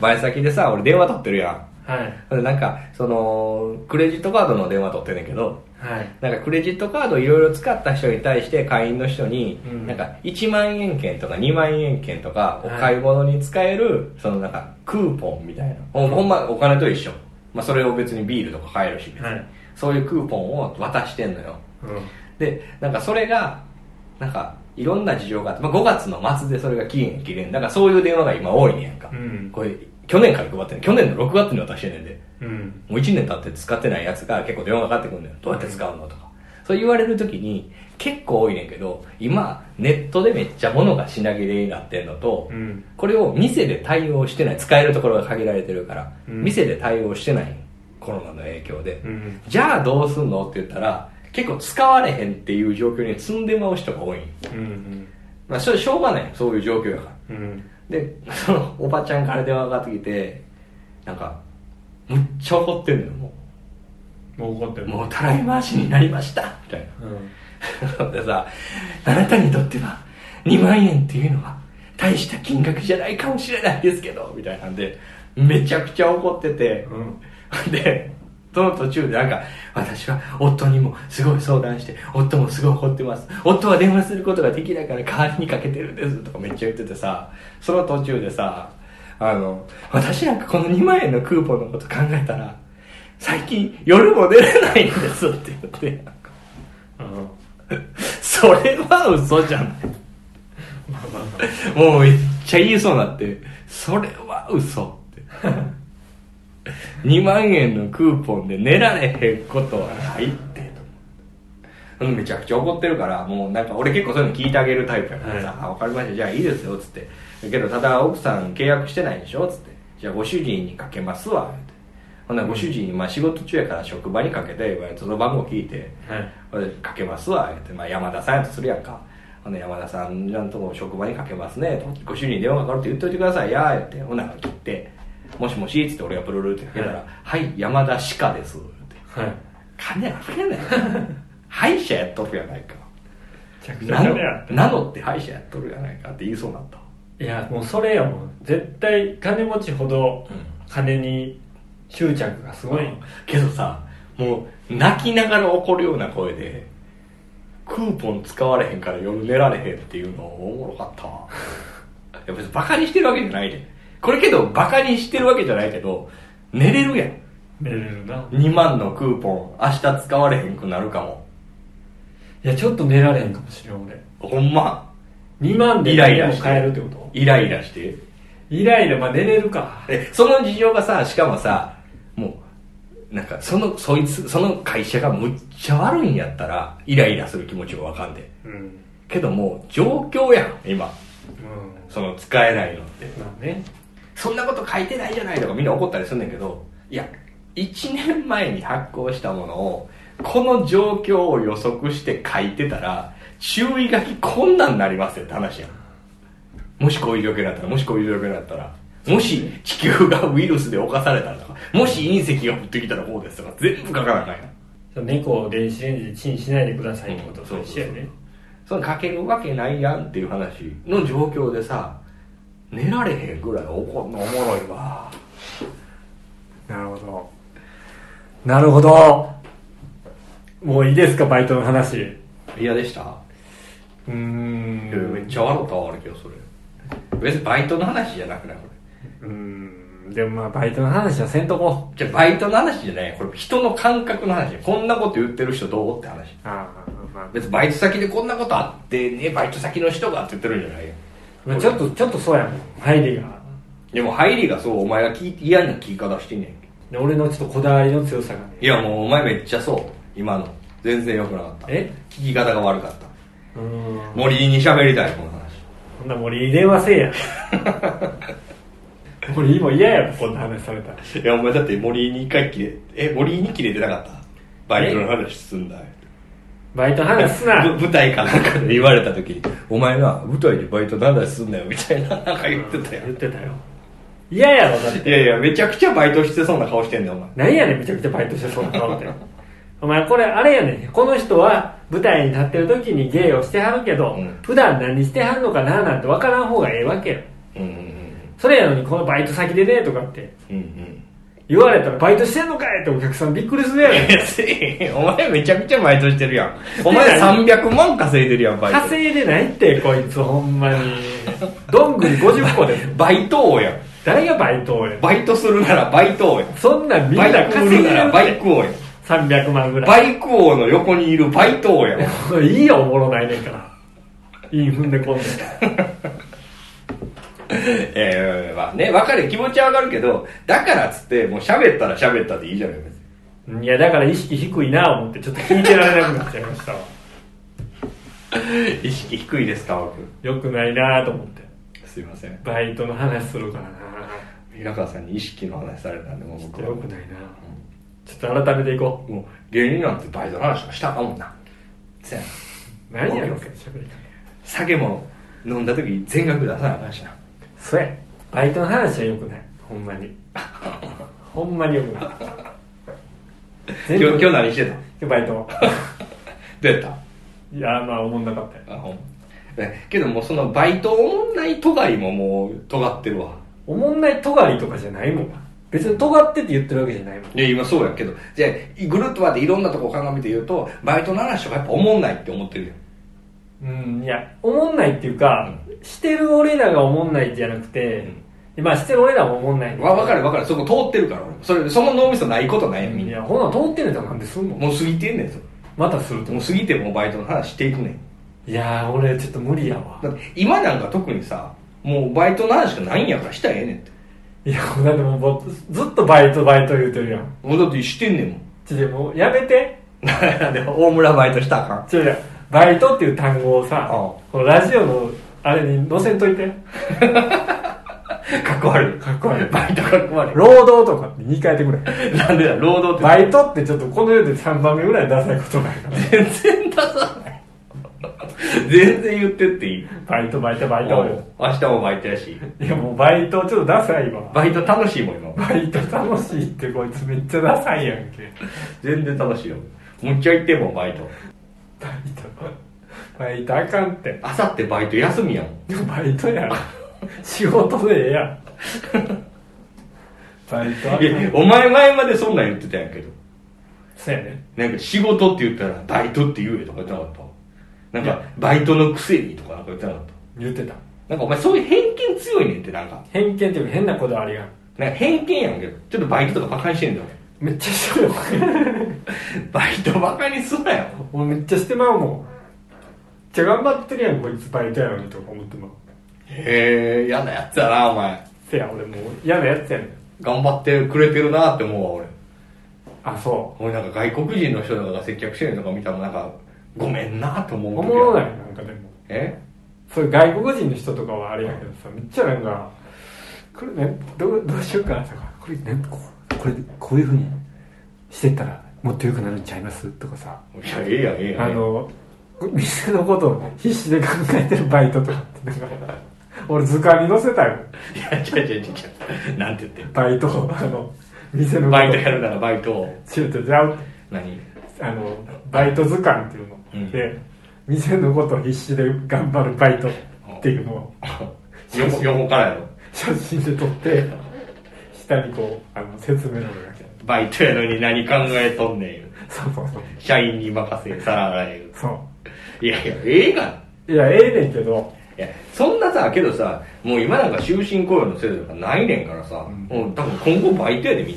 Speaker 2: バイト先でさ、俺電話取ってるやん。
Speaker 1: はい。
Speaker 2: ほんでなんか、その、クレジットカードの電話取ってんねんけど、
Speaker 1: はい。
Speaker 2: なんかクレジットカードいろいろ使った人に対して会員の人に、
Speaker 1: うん
Speaker 2: なんか1万円券とか2万円券とかお
Speaker 1: はい
Speaker 2: 買い物に使える、そのなんかクーポンみたいな。ほんほんまお金と一緒。まあそれを別にビールとか買えるし、
Speaker 1: はい。
Speaker 2: そういうクーポンを渡してんのよ。
Speaker 1: う
Speaker 2: で、なんかそれが、なんかいろんな事情があって、まあ5月の末でそれが期限切れん。だからそういう電話が今多いねやんか。
Speaker 1: ん。
Speaker 2: これ去年から配ってんねん去年の6月に渡してんねんで。
Speaker 1: うん。うん。
Speaker 2: もう1年経って使ってないやつが結構電話がかかってくるんだよ。どうやって使うのとか。そう言われる時に結構多いねんけど、今ネットでめっちゃ物が品切れになってんのと、
Speaker 1: うん。
Speaker 2: これを店で対応してない。使えるところが限られてるから、
Speaker 1: うん
Speaker 2: 店で対応してない。コロナの影響で。
Speaker 1: うん。
Speaker 2: じゃあどうすんのって言ったら、結構使われへんっていう状況に積んでまう人が多いん。
Speaker 1: うん。
Speaker 2: まあ、それしょうがない。そういう状況やから。
Speaker 1: うん。
Speaker 2: で、そのおばちゃんから電話がかかってきて、なんか、むっちゃ怒ってんのよ、もう。
Speaker 1: もう怒ってる。
Speaker 2: もうたらい回しになりましたみたい
Speaker 1: うん。
Speaker 2: な。 でさ、あなたにとっては2万円っていうのは大した金額じゃないかもしれないですけど、みたいなんで、めちゃくちゃ怒ってて、
Speaker 1: うん。
Speaker 2: で、その途中でなんか、私は夫にもすごい相談して、夫もすごい怒ってます。夫は電話することができないから代わりにかけてるんですとかめっちゃ言っててさ、その途中でさ、あの、私なんかこの2万円のクーポンのこと考えたら、最近夜も寝れないんですって言って、
Speaker 1: うん。
Speaker 2: それは嘘じゃない。
Speaker 1: まあまあま
Speaker 2: もうめっちゃ言いそうになって、それは嘘って。2万 円のクーポンで寝られへんことはないって。うんめちゃくちゃ怒ってるから、もうなんか俺結構そういうの聞いてあげるタイプやからさ、
Speaker 1: はい
Speaker 2: あわ、かりました、じゃあいいですよ、つって。だけど、ただ奥さん契約してないでしょ、つって。じゃあご主人にかけますわ、って。ほんならご主人に、まあ仕事中やから職場にかけて、言われてその番号聞いて、
Speaker 1: あ。はい。
Speaker 2: これかけますわ言って、まあ、山田さんやとするやんかほんで山田さんのとこ職場にかけますねとご主人に電話かかるって言っといてくださいや言ってほな切って「もしもし」っつって俺がプルルってかけたら「はい、山田歯科です」って
Speaker 1: はい。
Speaker 2: 金あふれ ない歯医者やっとるやないか
Speaker 1: めちゃくちゃ
Speaker 2: な
Speaker 1: 金
Speaker 2: の
Speaker 1: やって
Speaker 2: なのって歯医者やっとるやないかって言いそうになった
Speaker 1: いや、もうそれやもん。絶対金持ちほど金に執着がすごい。
Speaker 2: けどさもう泣きながら怒るような声でクーポン使われへんから夜寝られへんっていうのおもろかったわいや別にバカにしてるわけじゃないでこれけどバカにしてるわけじゃないけど寝れるやん
Speaker 1: 寝れるな。
Speaker 2: 2万のクーポン明日使われへんくなるかも
Speaker 1: いや、ちょっと寝られへんかもしれん、俺。
Speaker 2: ほんま
Speaker 1: 2万で
Speaker 2: イライラ
Speaker 1: も
Speaker 2: して
Speaker 1: 買えるってこと
Speaker 2: イライラして
Speaker 1: イライラ、まあ寝れるか。
Speaker 2: でその事情がさしかもさもうなんかそのそいつその会社がむっちゃ悪いんやったらイライラする気持ちもわかんで、
Speaker 1: うん。うん。
Speaker 2: けどもう状況やん今その使えないのって
Speaker 1: まあね。
Speaker 2: そんなこと書いてないじゃないとかみんな怒ったりすんねんけどいや1年前に発行したものをこの状況を予測して書いてたら注意書きこんなんなりますよって話やんもしこういう状況になったらもしこういう状況になったらもし地球がウイルスで侵されたらとかもし隕石が降ってきたらこうですとか全部書かなあかんやん
Speaker 1: 猫を電子レンジでチンしないでくださいってこと
Speaker 2: うんそうそう
Speaker 1: 一緒やね。
Speaker 2: その書けるわけないやんっていう話の状況でさ寝られへんぐらい怒るのおもろいわ
Speaker 1: なるほど。なるほど。もういいですか、バイトの話。う
Speaker 2: 嫌でした
Speaker 1: ー
Speaker 2: いやめっ
Speaker 1: ん。
Speaker 2: ちゃ笑ったわあれけどそれ別にバイトの話じゃなくないこ
Speaker 1: うーん。でもまあ、バイトの話はせんとこ。
Speaker 2: れじゃあバイトの話じゃないこれ人の感覚の話こんなこと言ってる人どうって話
Speaker 1: ああ、まあ。
Speaker 2: 別にバイト先でこんなことあってねバイト先の人がって言ってるんじゃないよ
Speaker 1: まあ、ちょっと、ちょっとそうやもん。入りが。
Speaker 2: でも入りがそうお前が聞い嫌な聞き方してんねん
Speaker 1: で俺のちょっとこだわりの強さがね。
Speaker 2: いやもうお前めっちゃそう今の全然良くなかった
Speaker 1: え
Speaker 2: 聞き方が悪かった
Speaker 1: うーん。
Speaker 2: 森に喋りたいこの話
Speaker 1: ほんなら森井電話せえ や。森井も嫌やろ、こんな話されたら。
Speaker 2: いや、お前だって森に一回切れ、え、森に切れてなかったバイトの話すんだ。
Speaker 1: バイトの話すな。
Speaker 2: ぶ舞台かなんかで言われた時に、お前な、舞台でバイトの話すんだよ、みたいな、 なん か言ってたよ。
Speaker 1: 言ってたよ。嫌やろ、だって。
Speaker 2: いやいや、めちゃくちゃバイトしてそうな顔してんだよ、お前。
Speaker 1: なんやねん、めちゃくちゃバイトしてそうな顔って。お前、これ、あれやねん。この人は舞台に立ってる時に芸をしてはるけど、
Speaker 2: うん
Speaker 1: 普段何してはるのかななんて分からん方がええわけよ。
Speaker 2: うん
Speaker 1: それやのに、このバイト先でね、とかって
Speaker 2: うんうん。うんうん。
Speaker 1: 言われたらバイトしてんのかいってお客さんびっくりするやろ
Speaker 2: 別にお前めちゃくちゃバイトしてるやん。 お前300万稼いでるやん、バイト。
Speaker 1: 稼いでないってこいつほんまにどんぐり50個で
Speaker 2: バイト王やん。
Speaker 1: 誰がバイトをや
Speaker 2: バイトするならバイト王やん。
Speaker 1: そんなんみん
Speaker 2: バ
Speaker 1: な
Speaker 2: イク売
Speaker 1: 稼い
Speaker 2: る
Speaker 1: で
Speaker 2: なら
Speaker 1: る
Speaker 2: バイク王やん。
Speaker 1: 300万ぐら
Speaker 2: バ
Speaker 1: い
Speaker 2: イク王の横にいるバイト王やん。
Speaker 1: いいよおもろないねんからいい踏んでこんで
Speaker 2: ええまあね、わかる気持ちはわかるけど、だからっつって、もう喋ったら喋ったでいいじゃないです
Speaker 1: うんいやだから意識低いな思ってちょっと聞いてられなくなっちゃいましたわ
Speaker 2: 意識低いですか、僕。
Speaker 1: よくないなと思って
Speaker 2: すいません。
Speaker 1: バイトの話するからな
Speaker 2: 平川さんに意識の話されたんで、もう僕は。
Speaker 1: よくないなちょっと改めていこ
Speaker 2: もう芸人なんてバイトの話もしたかもんな。せやな。
Speaker 1: う何やろ
Speaker 2: オッケー
Speaker 1: 喋り方
Speaker 2: 酒も飲んだ時全額出さなあかんしな。
Speaker 1: それバイトの話はよくないほんまに ほんまによくない
Speaker 2: 今
Speaker 1: 全
Speaker 2: 日
Speaker 1: 部
Speaker 2: 今日何してた
Speaker 1: バイト
Speaker 2: どうやった
Speaker 1: いやまあ思んなかったよ
Speaker 2: あほんえけどもうそのバイトおもんないとがいももう尖ってるわ。
Speaker 1: おもんない尖りとかじゃないもん別に尖ってって言ってるわけじゃないもん
Speaker 2: いや、今そうやけど。じゃあぐるっと回っていろんなとこ鑑みて言うと、バイトの話とかやっぱおもんないって思ってるやん。
Speaker 1: うんいやおもんないっていうか、してる俺らがおもんないじゃなくて、まあしてる俺らもおもんない
Speaker 2: わ分かる分かるそこ通ってるから俺もそれその脳みそないことないやんみん
Speaker 1: い
Speaker 2: な
Speaker 1: やほな通ってんねんとなんですんの
Speaker 2: もう過ぎてんねんそ
Speaker 1: またすると
Speaker 2: れもう過ぎてもうバイトの話していくねん
Speaker 1: いやー俺ちょっと無理やわ
Speaker 2: だって今なんか特にさもうバイトの話しかないんやからしたらええねんって
Speaker 1: いやだってもうぼずっとバイトバイト言うてるやん
Speaker 2: もうだってしてんねんもん
Speaker 1: ちょでもうやめ て
Speaker 2: で大村バイトしたらあかん
Speaker 1: ちょいやバイトっていう単語をさ
Speaker 2: あ
Speaker 1: このラジオのあれに載せんといて
Speaker 2: かっこ悪い
Speaker 1: かっこ悪い
Speaker 2: バイトかっこ悪
Speaker 1: 労働とかって言い換えてくれ
Speaker 2: いなんでだ労働っ て
Speaker 1: バイトってちょっとこの世で3番目ぐらいダサいことないから
Speaker 2: 全然出さない全然言ってっていい
Speaker 1: バイトバイトバイト
Speaker 2: もう明日もバイトやし
Speaker 1: いやもうバイトちょっとダサいわ
Speaker 2: バイト楽しいもん今
Speaker 1: バイト楽しいってこいつめっちゃダサいやんけ
Speaker 2: 全然楽しいよもう一回行ってんもんバイト
Speaker 1: バイトバイトあかんって
Speaker 2: あさってバイト休みやもん
Speaker 1: バイトやろ仕事でええや んバイトあか
Speaker 2: いや
Speaker 1: ん
Speaker 2: お前前までそんなん言ってたんやけど
Speaker 1: そうやね
Speaker 2: なんか仕事って言ったらバイトって言えとか言ってなかったなんかバイトのくせにとかなんか言ってなかった
Speaker 1: 言ってた
Speaker 2: なんかお前そういう偏見強いねんってなんか
Speaker 1: 偏見っていうか変なこだわりが
Speaker 2: なんか偏見やんけどちょっとバイトとかバカにしてんだよ
Speaker 1: めっちゃしてるよ
Speaker 2: バイトバカにすなよ
Speaker 1: 俺めっちゃしてまうもんめっちゃ頑張ってるやんこいつバイトやのにとか思ってまう
Speaker 2: へえ嫌なやつやなお前
Speaker 1: せや俺もう嫌なやつやねん
Speaker 2: 頑張ってくれてるなって思うわ俺
Speaker 1: あそ
Speaker 2: 俺なんか外国人の人とかが接客してるのとか見たらなんかごめんなって思
Speaker 1: う
Speaker 2: う
Speaker 1: お
Speaker 2: 時
Speaker 1: もろな
Speaker 2: ある
Speaker 1: いなんかでも
Speaker 2: え
Speaker 1: そういう外国人の人とかはあれやけどさめっちゃなんかこれねどうどうしようかなとかこれねこうこれこういうふうにしてったらもっと良くなるんちゃいますとかさ
Speaker 2: いやええやんええやん
Speaker 1: あの店のことを必死で考えてるバイトとかってなんか俺図鑑に載せたよ
Speaker 2: いや違う違う違う違うなんて言ってん
Speaker 1: バイトをあの店のこと
Speaker 2: バイトやるならバイトを
Speaker 1: 違う違う違う
Speaker 2: 何
Speaker 1: あのバイト図鑑っていうの、
Speaker 2: うん
Speaker 1: で店のことを必死で頑張るバイトっていうのを
Speaker 2: 横横からやろ
Speaker 1: 写真で撮って下にこうあの説明のがけ
Speaker 2: バイトやのに何考えとんねん言う
Speaker 1: そうそうそう
Speaker 2: 社員に任せ皿洗え
Speaker 1: そ
Speaker 2: るいやいやええがな
Speaker 1: ういやええねんけど
Speaker 2: いやそんなさけどさもう今なんか終身雇用の制度とかないねんからさ、
Speaker 1: ん
Speaker 2: もう多分今後バイトやでみん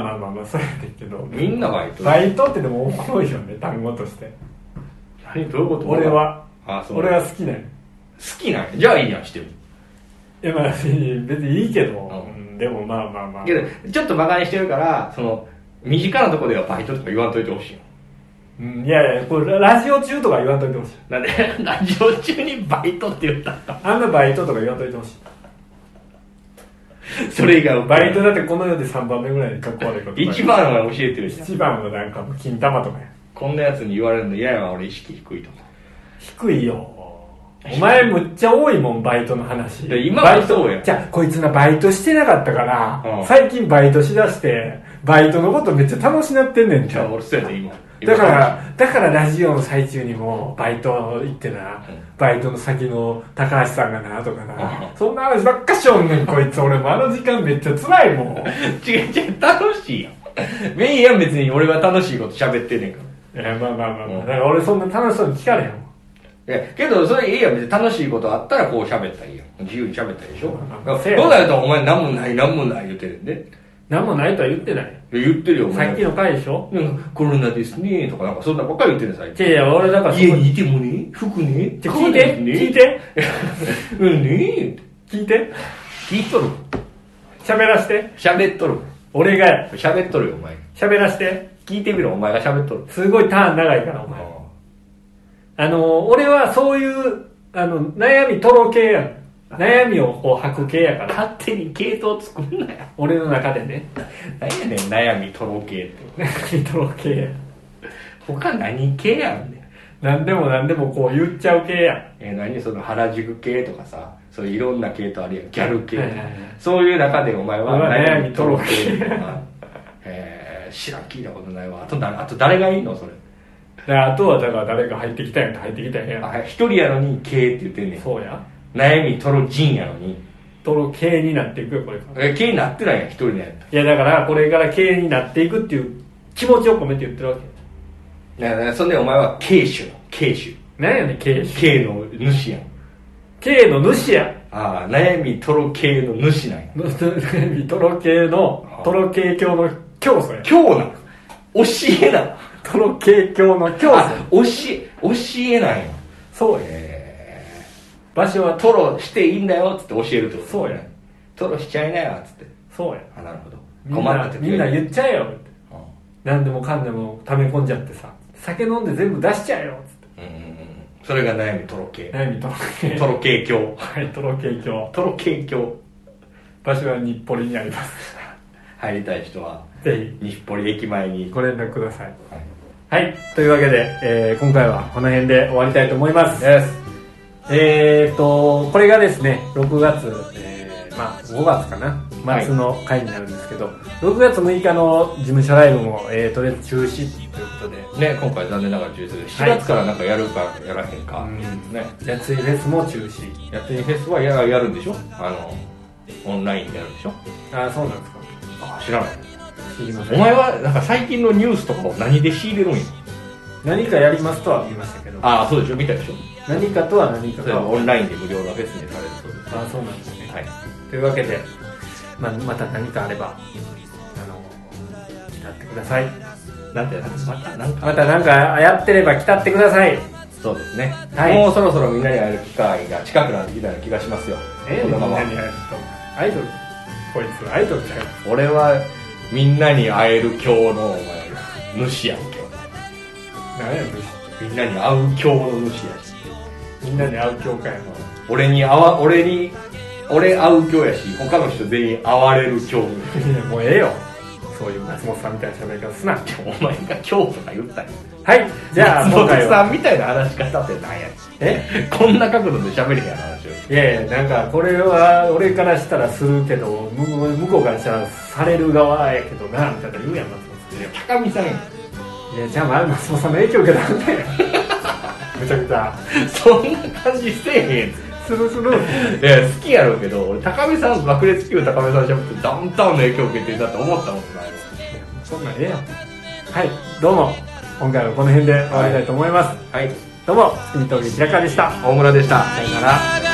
Speaker 1: まあまあまあまあそうやねんけど
Speaker 2: みんなバイト
Speaker 1: バイトってでもおもろいよね単語として
Speaker 2: 何どういうこと
Speaker 1: 俺は
Speaker 2: あそう
Speaker 1: 俺は好きなんよ
Speaker 2: 好きなんやじゃあいいやんしてる
Speaker 1: いやまあ 別にいいけど、
Speaker 2: うん
Speaker 1: うんでもまあまあまあ
Speaker 2: けどちょっとバカにしてるからその身近なとこではバイトとか言わんといてほしいよ
Speaker 1: うんいやいやこれラジオ中とか言わんといてほしい
Speaker 2: なんで ラジオ中にバイトって言ったんか
Speaker 1: あんなバイトとか言わんといてほしい
Speaker 2: それ以外は
Speaker 1: バイトだってこの世で3番目ぐらいにかっこ悪いこと
Speaker 2: 一番は教えてるし
Speaker 1: 一番はなんかもう金玉とかや
Speaker 2: こんなやつに言われるの嫌やわ俺意識低いとか
Speaker 1: 低いよお前むっちゃ多いもんバイトの話
Speaker 2: で今
Speaker 1: バ
Speaker 2: は
Speaker 1: イト
Speaker 2: そうやん
Speaker 1: じゃあこいつなバイトしてなかったから、
Speaker 2: うん
Speaker 1: 最近バイトしだしてバイトのことめっちゃ楽しなってんねん
Speaker 2: じ
Speaker 1: て
Speaker 2: ゃあ俺そうやで今
Speaker 1: だから、だからラジオの最中にも、バイト行ってな、
Speaker 2: うん
Speaker 1: バイトの先の高橋さんがな、とかな、
Speaker 2: う
Speaker 1: そんな話ばっかしょんねん、こいつ。俺もあの時間めっちゃ辛いもん。
Speaker 2: 違う違う、楽しいよ。メインは別に俺は楽しいこと喋ってんねんから。
Speaker 1: いや、まあまあまあまあ、
Speaker 2: うん
Speaker 1: だから俺そんな楽しそうに聞かれへんもん。
Speaker 2: えけどそれいいやん別に楽しいことあったらこう喋ったらいいよ自由に喋ったらいいでしょ
Speaker 1: まあせや
Speaker 2: どうなるとお前何もない何もない言ってるんでいや
Speaker 1: 何もないとは言ってない。
Speaker 2: 言ってるよお
Speaker 1: さ
Speaker 2: 前
Speaker 1: っきの回でしょ
Speaker 2: なんかコロナですねとかなんかそんなばっかり言ってる最
Speaker 1: い
Speaker 2: 近
Speaker 1: やいや、俺だからそこ
Speaker 2: 家にいてもね服ね
Speaker 1: ちょ聞いて、聞いて、
Speaker 2: うんね
Speaker 1: 聞いて、
Speaker 2: 聞いとる
Speaker 1: 喋らして。
Speaker 2: 喋っとる
Speaker 1: 俺がや
Speaker 2: 喋っとるよお前
Speaker 1: 喋らして。
Speaker 2: 聞いてみろお前が喋っとる
Speaker 1: すごいターン長いから、お前。あの、俺はそういう、あの、悩みとろ系やん。悩みをこう吐く系やから。
Speaker 2: 勝手に系統作んなよ
Speaker 1: 俺の中でね。
Speaker 2: 何やねん悩みとろ系って
Speaker 1: 悩みとろ系やん。
Speaker 2: 他何系やんねん
Speaker 1: 何でも何でもこう言っちゃう系やん。
Speaker 2: えー何その原宿系とかさそういういろんな系とあるやんギャル系、
Speaker 1: はいはいはい
Speaker 2: そういう中でお前は
Speaker 1: うわ
Speaker 2: 悩
Speaker 1: 悩
Speaker 2: み
Speaker 1: み
Speaker 2: と
Speaker 1: と
Speaker 2: ろ
Speaker 1: ろ
Speaker 2: 系
Speaker 1: 系
Speaker 2: とか、えー、知らん聞いたことないわあと誰あと誰がいいのそれ
Speaker 1: だからあとはだから誰か入ってきたんやん入ってきたんやん。
Speaker 2: あ一人やのに系って言ってんねん
Speaker 1: そうや。
Speaker 2: 悩みとろ人やのに
Speaker 1: とろ系になっていくよ、これから。
Speaker 2: えー系になってないやん一人のやった
Speaker 1: いや、だからこれから系になっていくっていう気持ちを込めて言ってるわけ。
Speaker 2: だからそんでお前は系主の系主
Speaker 1: 何やねん、系。
Speaker 2: 系の主やん
Speaker 1: 系の主や。
Speaker 2: ああ悩みとろ系の主なんや
Speaker 1: トロ系の、トロ系教の教祖や。
Speaker 2: 今日なん教えなん
Speaker 1: トロ系教の教祖。
Speaker 2: あ教え教えなんや
Speaker 1: そうや。
Speaker 2: えー
Speaker 1: 場所は、
Speaker 2: トロしていいんだよっつって教えるってこと
Speaker 1: そうや
Speaker 2: トロしちゃいなよっつって
Speaker 1: そうや。
Speaker 2: あなるほど
Speaker 1: みん
Speaker 2: 困っ
Speaker 1: な
Speaker 2: た時
Speaker 1: みんな言っちゃえよ。って
Speaker 2: うん
Speaker 1: 何でもかんでも溜め込んじゃってさ。酒飲んで全部出しちゃえよ。つっ
Speaker 2: うんうんうんそれが悩み トロ系
Speaker 1: て悩みトロ系。
Speaker 2: トロ系教
Speaker 1: はい、トロ系教。
Speaker 2: トロ系教
Speaker 1: 場所は日暮里にあります。
Speaker 2: 入りたい人は
Speaker 1: ぜ
Speaker 2: 日暮里駅前に
Speaker 1: ひ、ご連絡ください。
Speaker 2: はい
Speaker 1: はい、というわけで、えー今回はこの辺で終わりたいと思います。えー、と、これがですね、6月、えーまあ5月かな、
Speaker 2: はい
Speaker 1: 末の回になるんですけど、6月6日の事務所ライブも、えーとりあえず中止ということで、
Speaker 2: ね今回残念ながら中止です7
Speaker 1: はい
Speaker 2: 月からなんかやるかやらへんか
Speaker 1: うん
Speaker 2: ね
Speaker 1: やついフェスも中止。
Speaker 2: やってるフェスはややるんでしょあのオンラインでやるでしょ
Speaker 1: あー、そうなんですか。
Speaker 2: あ知らない
Speaker 1: 知りませ
Speaker 2: お
Speaker 1: ん。
Speaker 2: 前はなんか最近のニュースとかを何で仕入れるんや
Speaker 1: 何かやりますとは言いましたけど、
Speaker 2: ああそうでしょ見たでしょ
Speaker 1: 何かとは何か
Speaker 2: それは
Speaker 1: と
Speaker 2: オンラインで無料のフェスにされるそうです
Speaker 1: あー、そうなんですね。
Speaker 2: はい
Speaker 1: というわけで、まあ、また何かあれば、あの、来たってください。
Speaker 2: なんてまたなんか
Speaker 1: またなんかやってれば来たってください
Speaker 2: そうですね、
Speaker 1: はい
Speaker 2: もうそろそろみんなに会える機会が近くなってきたような気がしますよ、このまま
Speaker 1: 何やるとアイドルこいつアイドルじゃん
Speaker 2: 俺はみんなに会える今日のお前主やん今
Speaker 1: 何やる
Speaker 2: 日みんなに会う今日の主やし
Speaker 1: みんなに会う教会も
Speaker 2: 俺に会わ俺に俺会う今日やし他の人全員会われる今日
Speaker 1: いやもうええよそういう松本さんみたいな喋り方すな
Speaker 2: お前が今日とか言ったり
Speaker 1: はいじゃあ
Speaker 2: 松
Speaker 1: 今回
Speaker 2: 本さ
Speaker 1: は
Speaker 2: んみたいな話し方ってなんや
Speaker 1: え
Speaker 2: こんな角度で喋れへんやろ話を
Speaker 1: いやいやなんかこれは俺からしたらするけど向こう向こうからしたらされる側やけどなみたいな言うやん松本
Speaker 2: 高見さんや
Speaker 1: さんいやじゃあまあ松本さんの影響受けたんだよめちゃくちゃ
Speaker 2: そんな感じせえへん
Speaker 1: スルスル
Speaker 2: いや好きやろうけど俺高見さん爆裂級高見さんじゃなくてダウンタウンの影響を受けてるなって思ったことない
Speaker 1: そんなんええやんはいどうも今回はこの辺で終わりたいと思います、
Speaker 2: はい
Speaker 1: どうも、月見峠平川でした。
Speaker 2: 大村でしたさよなら
Speaker 4: 「長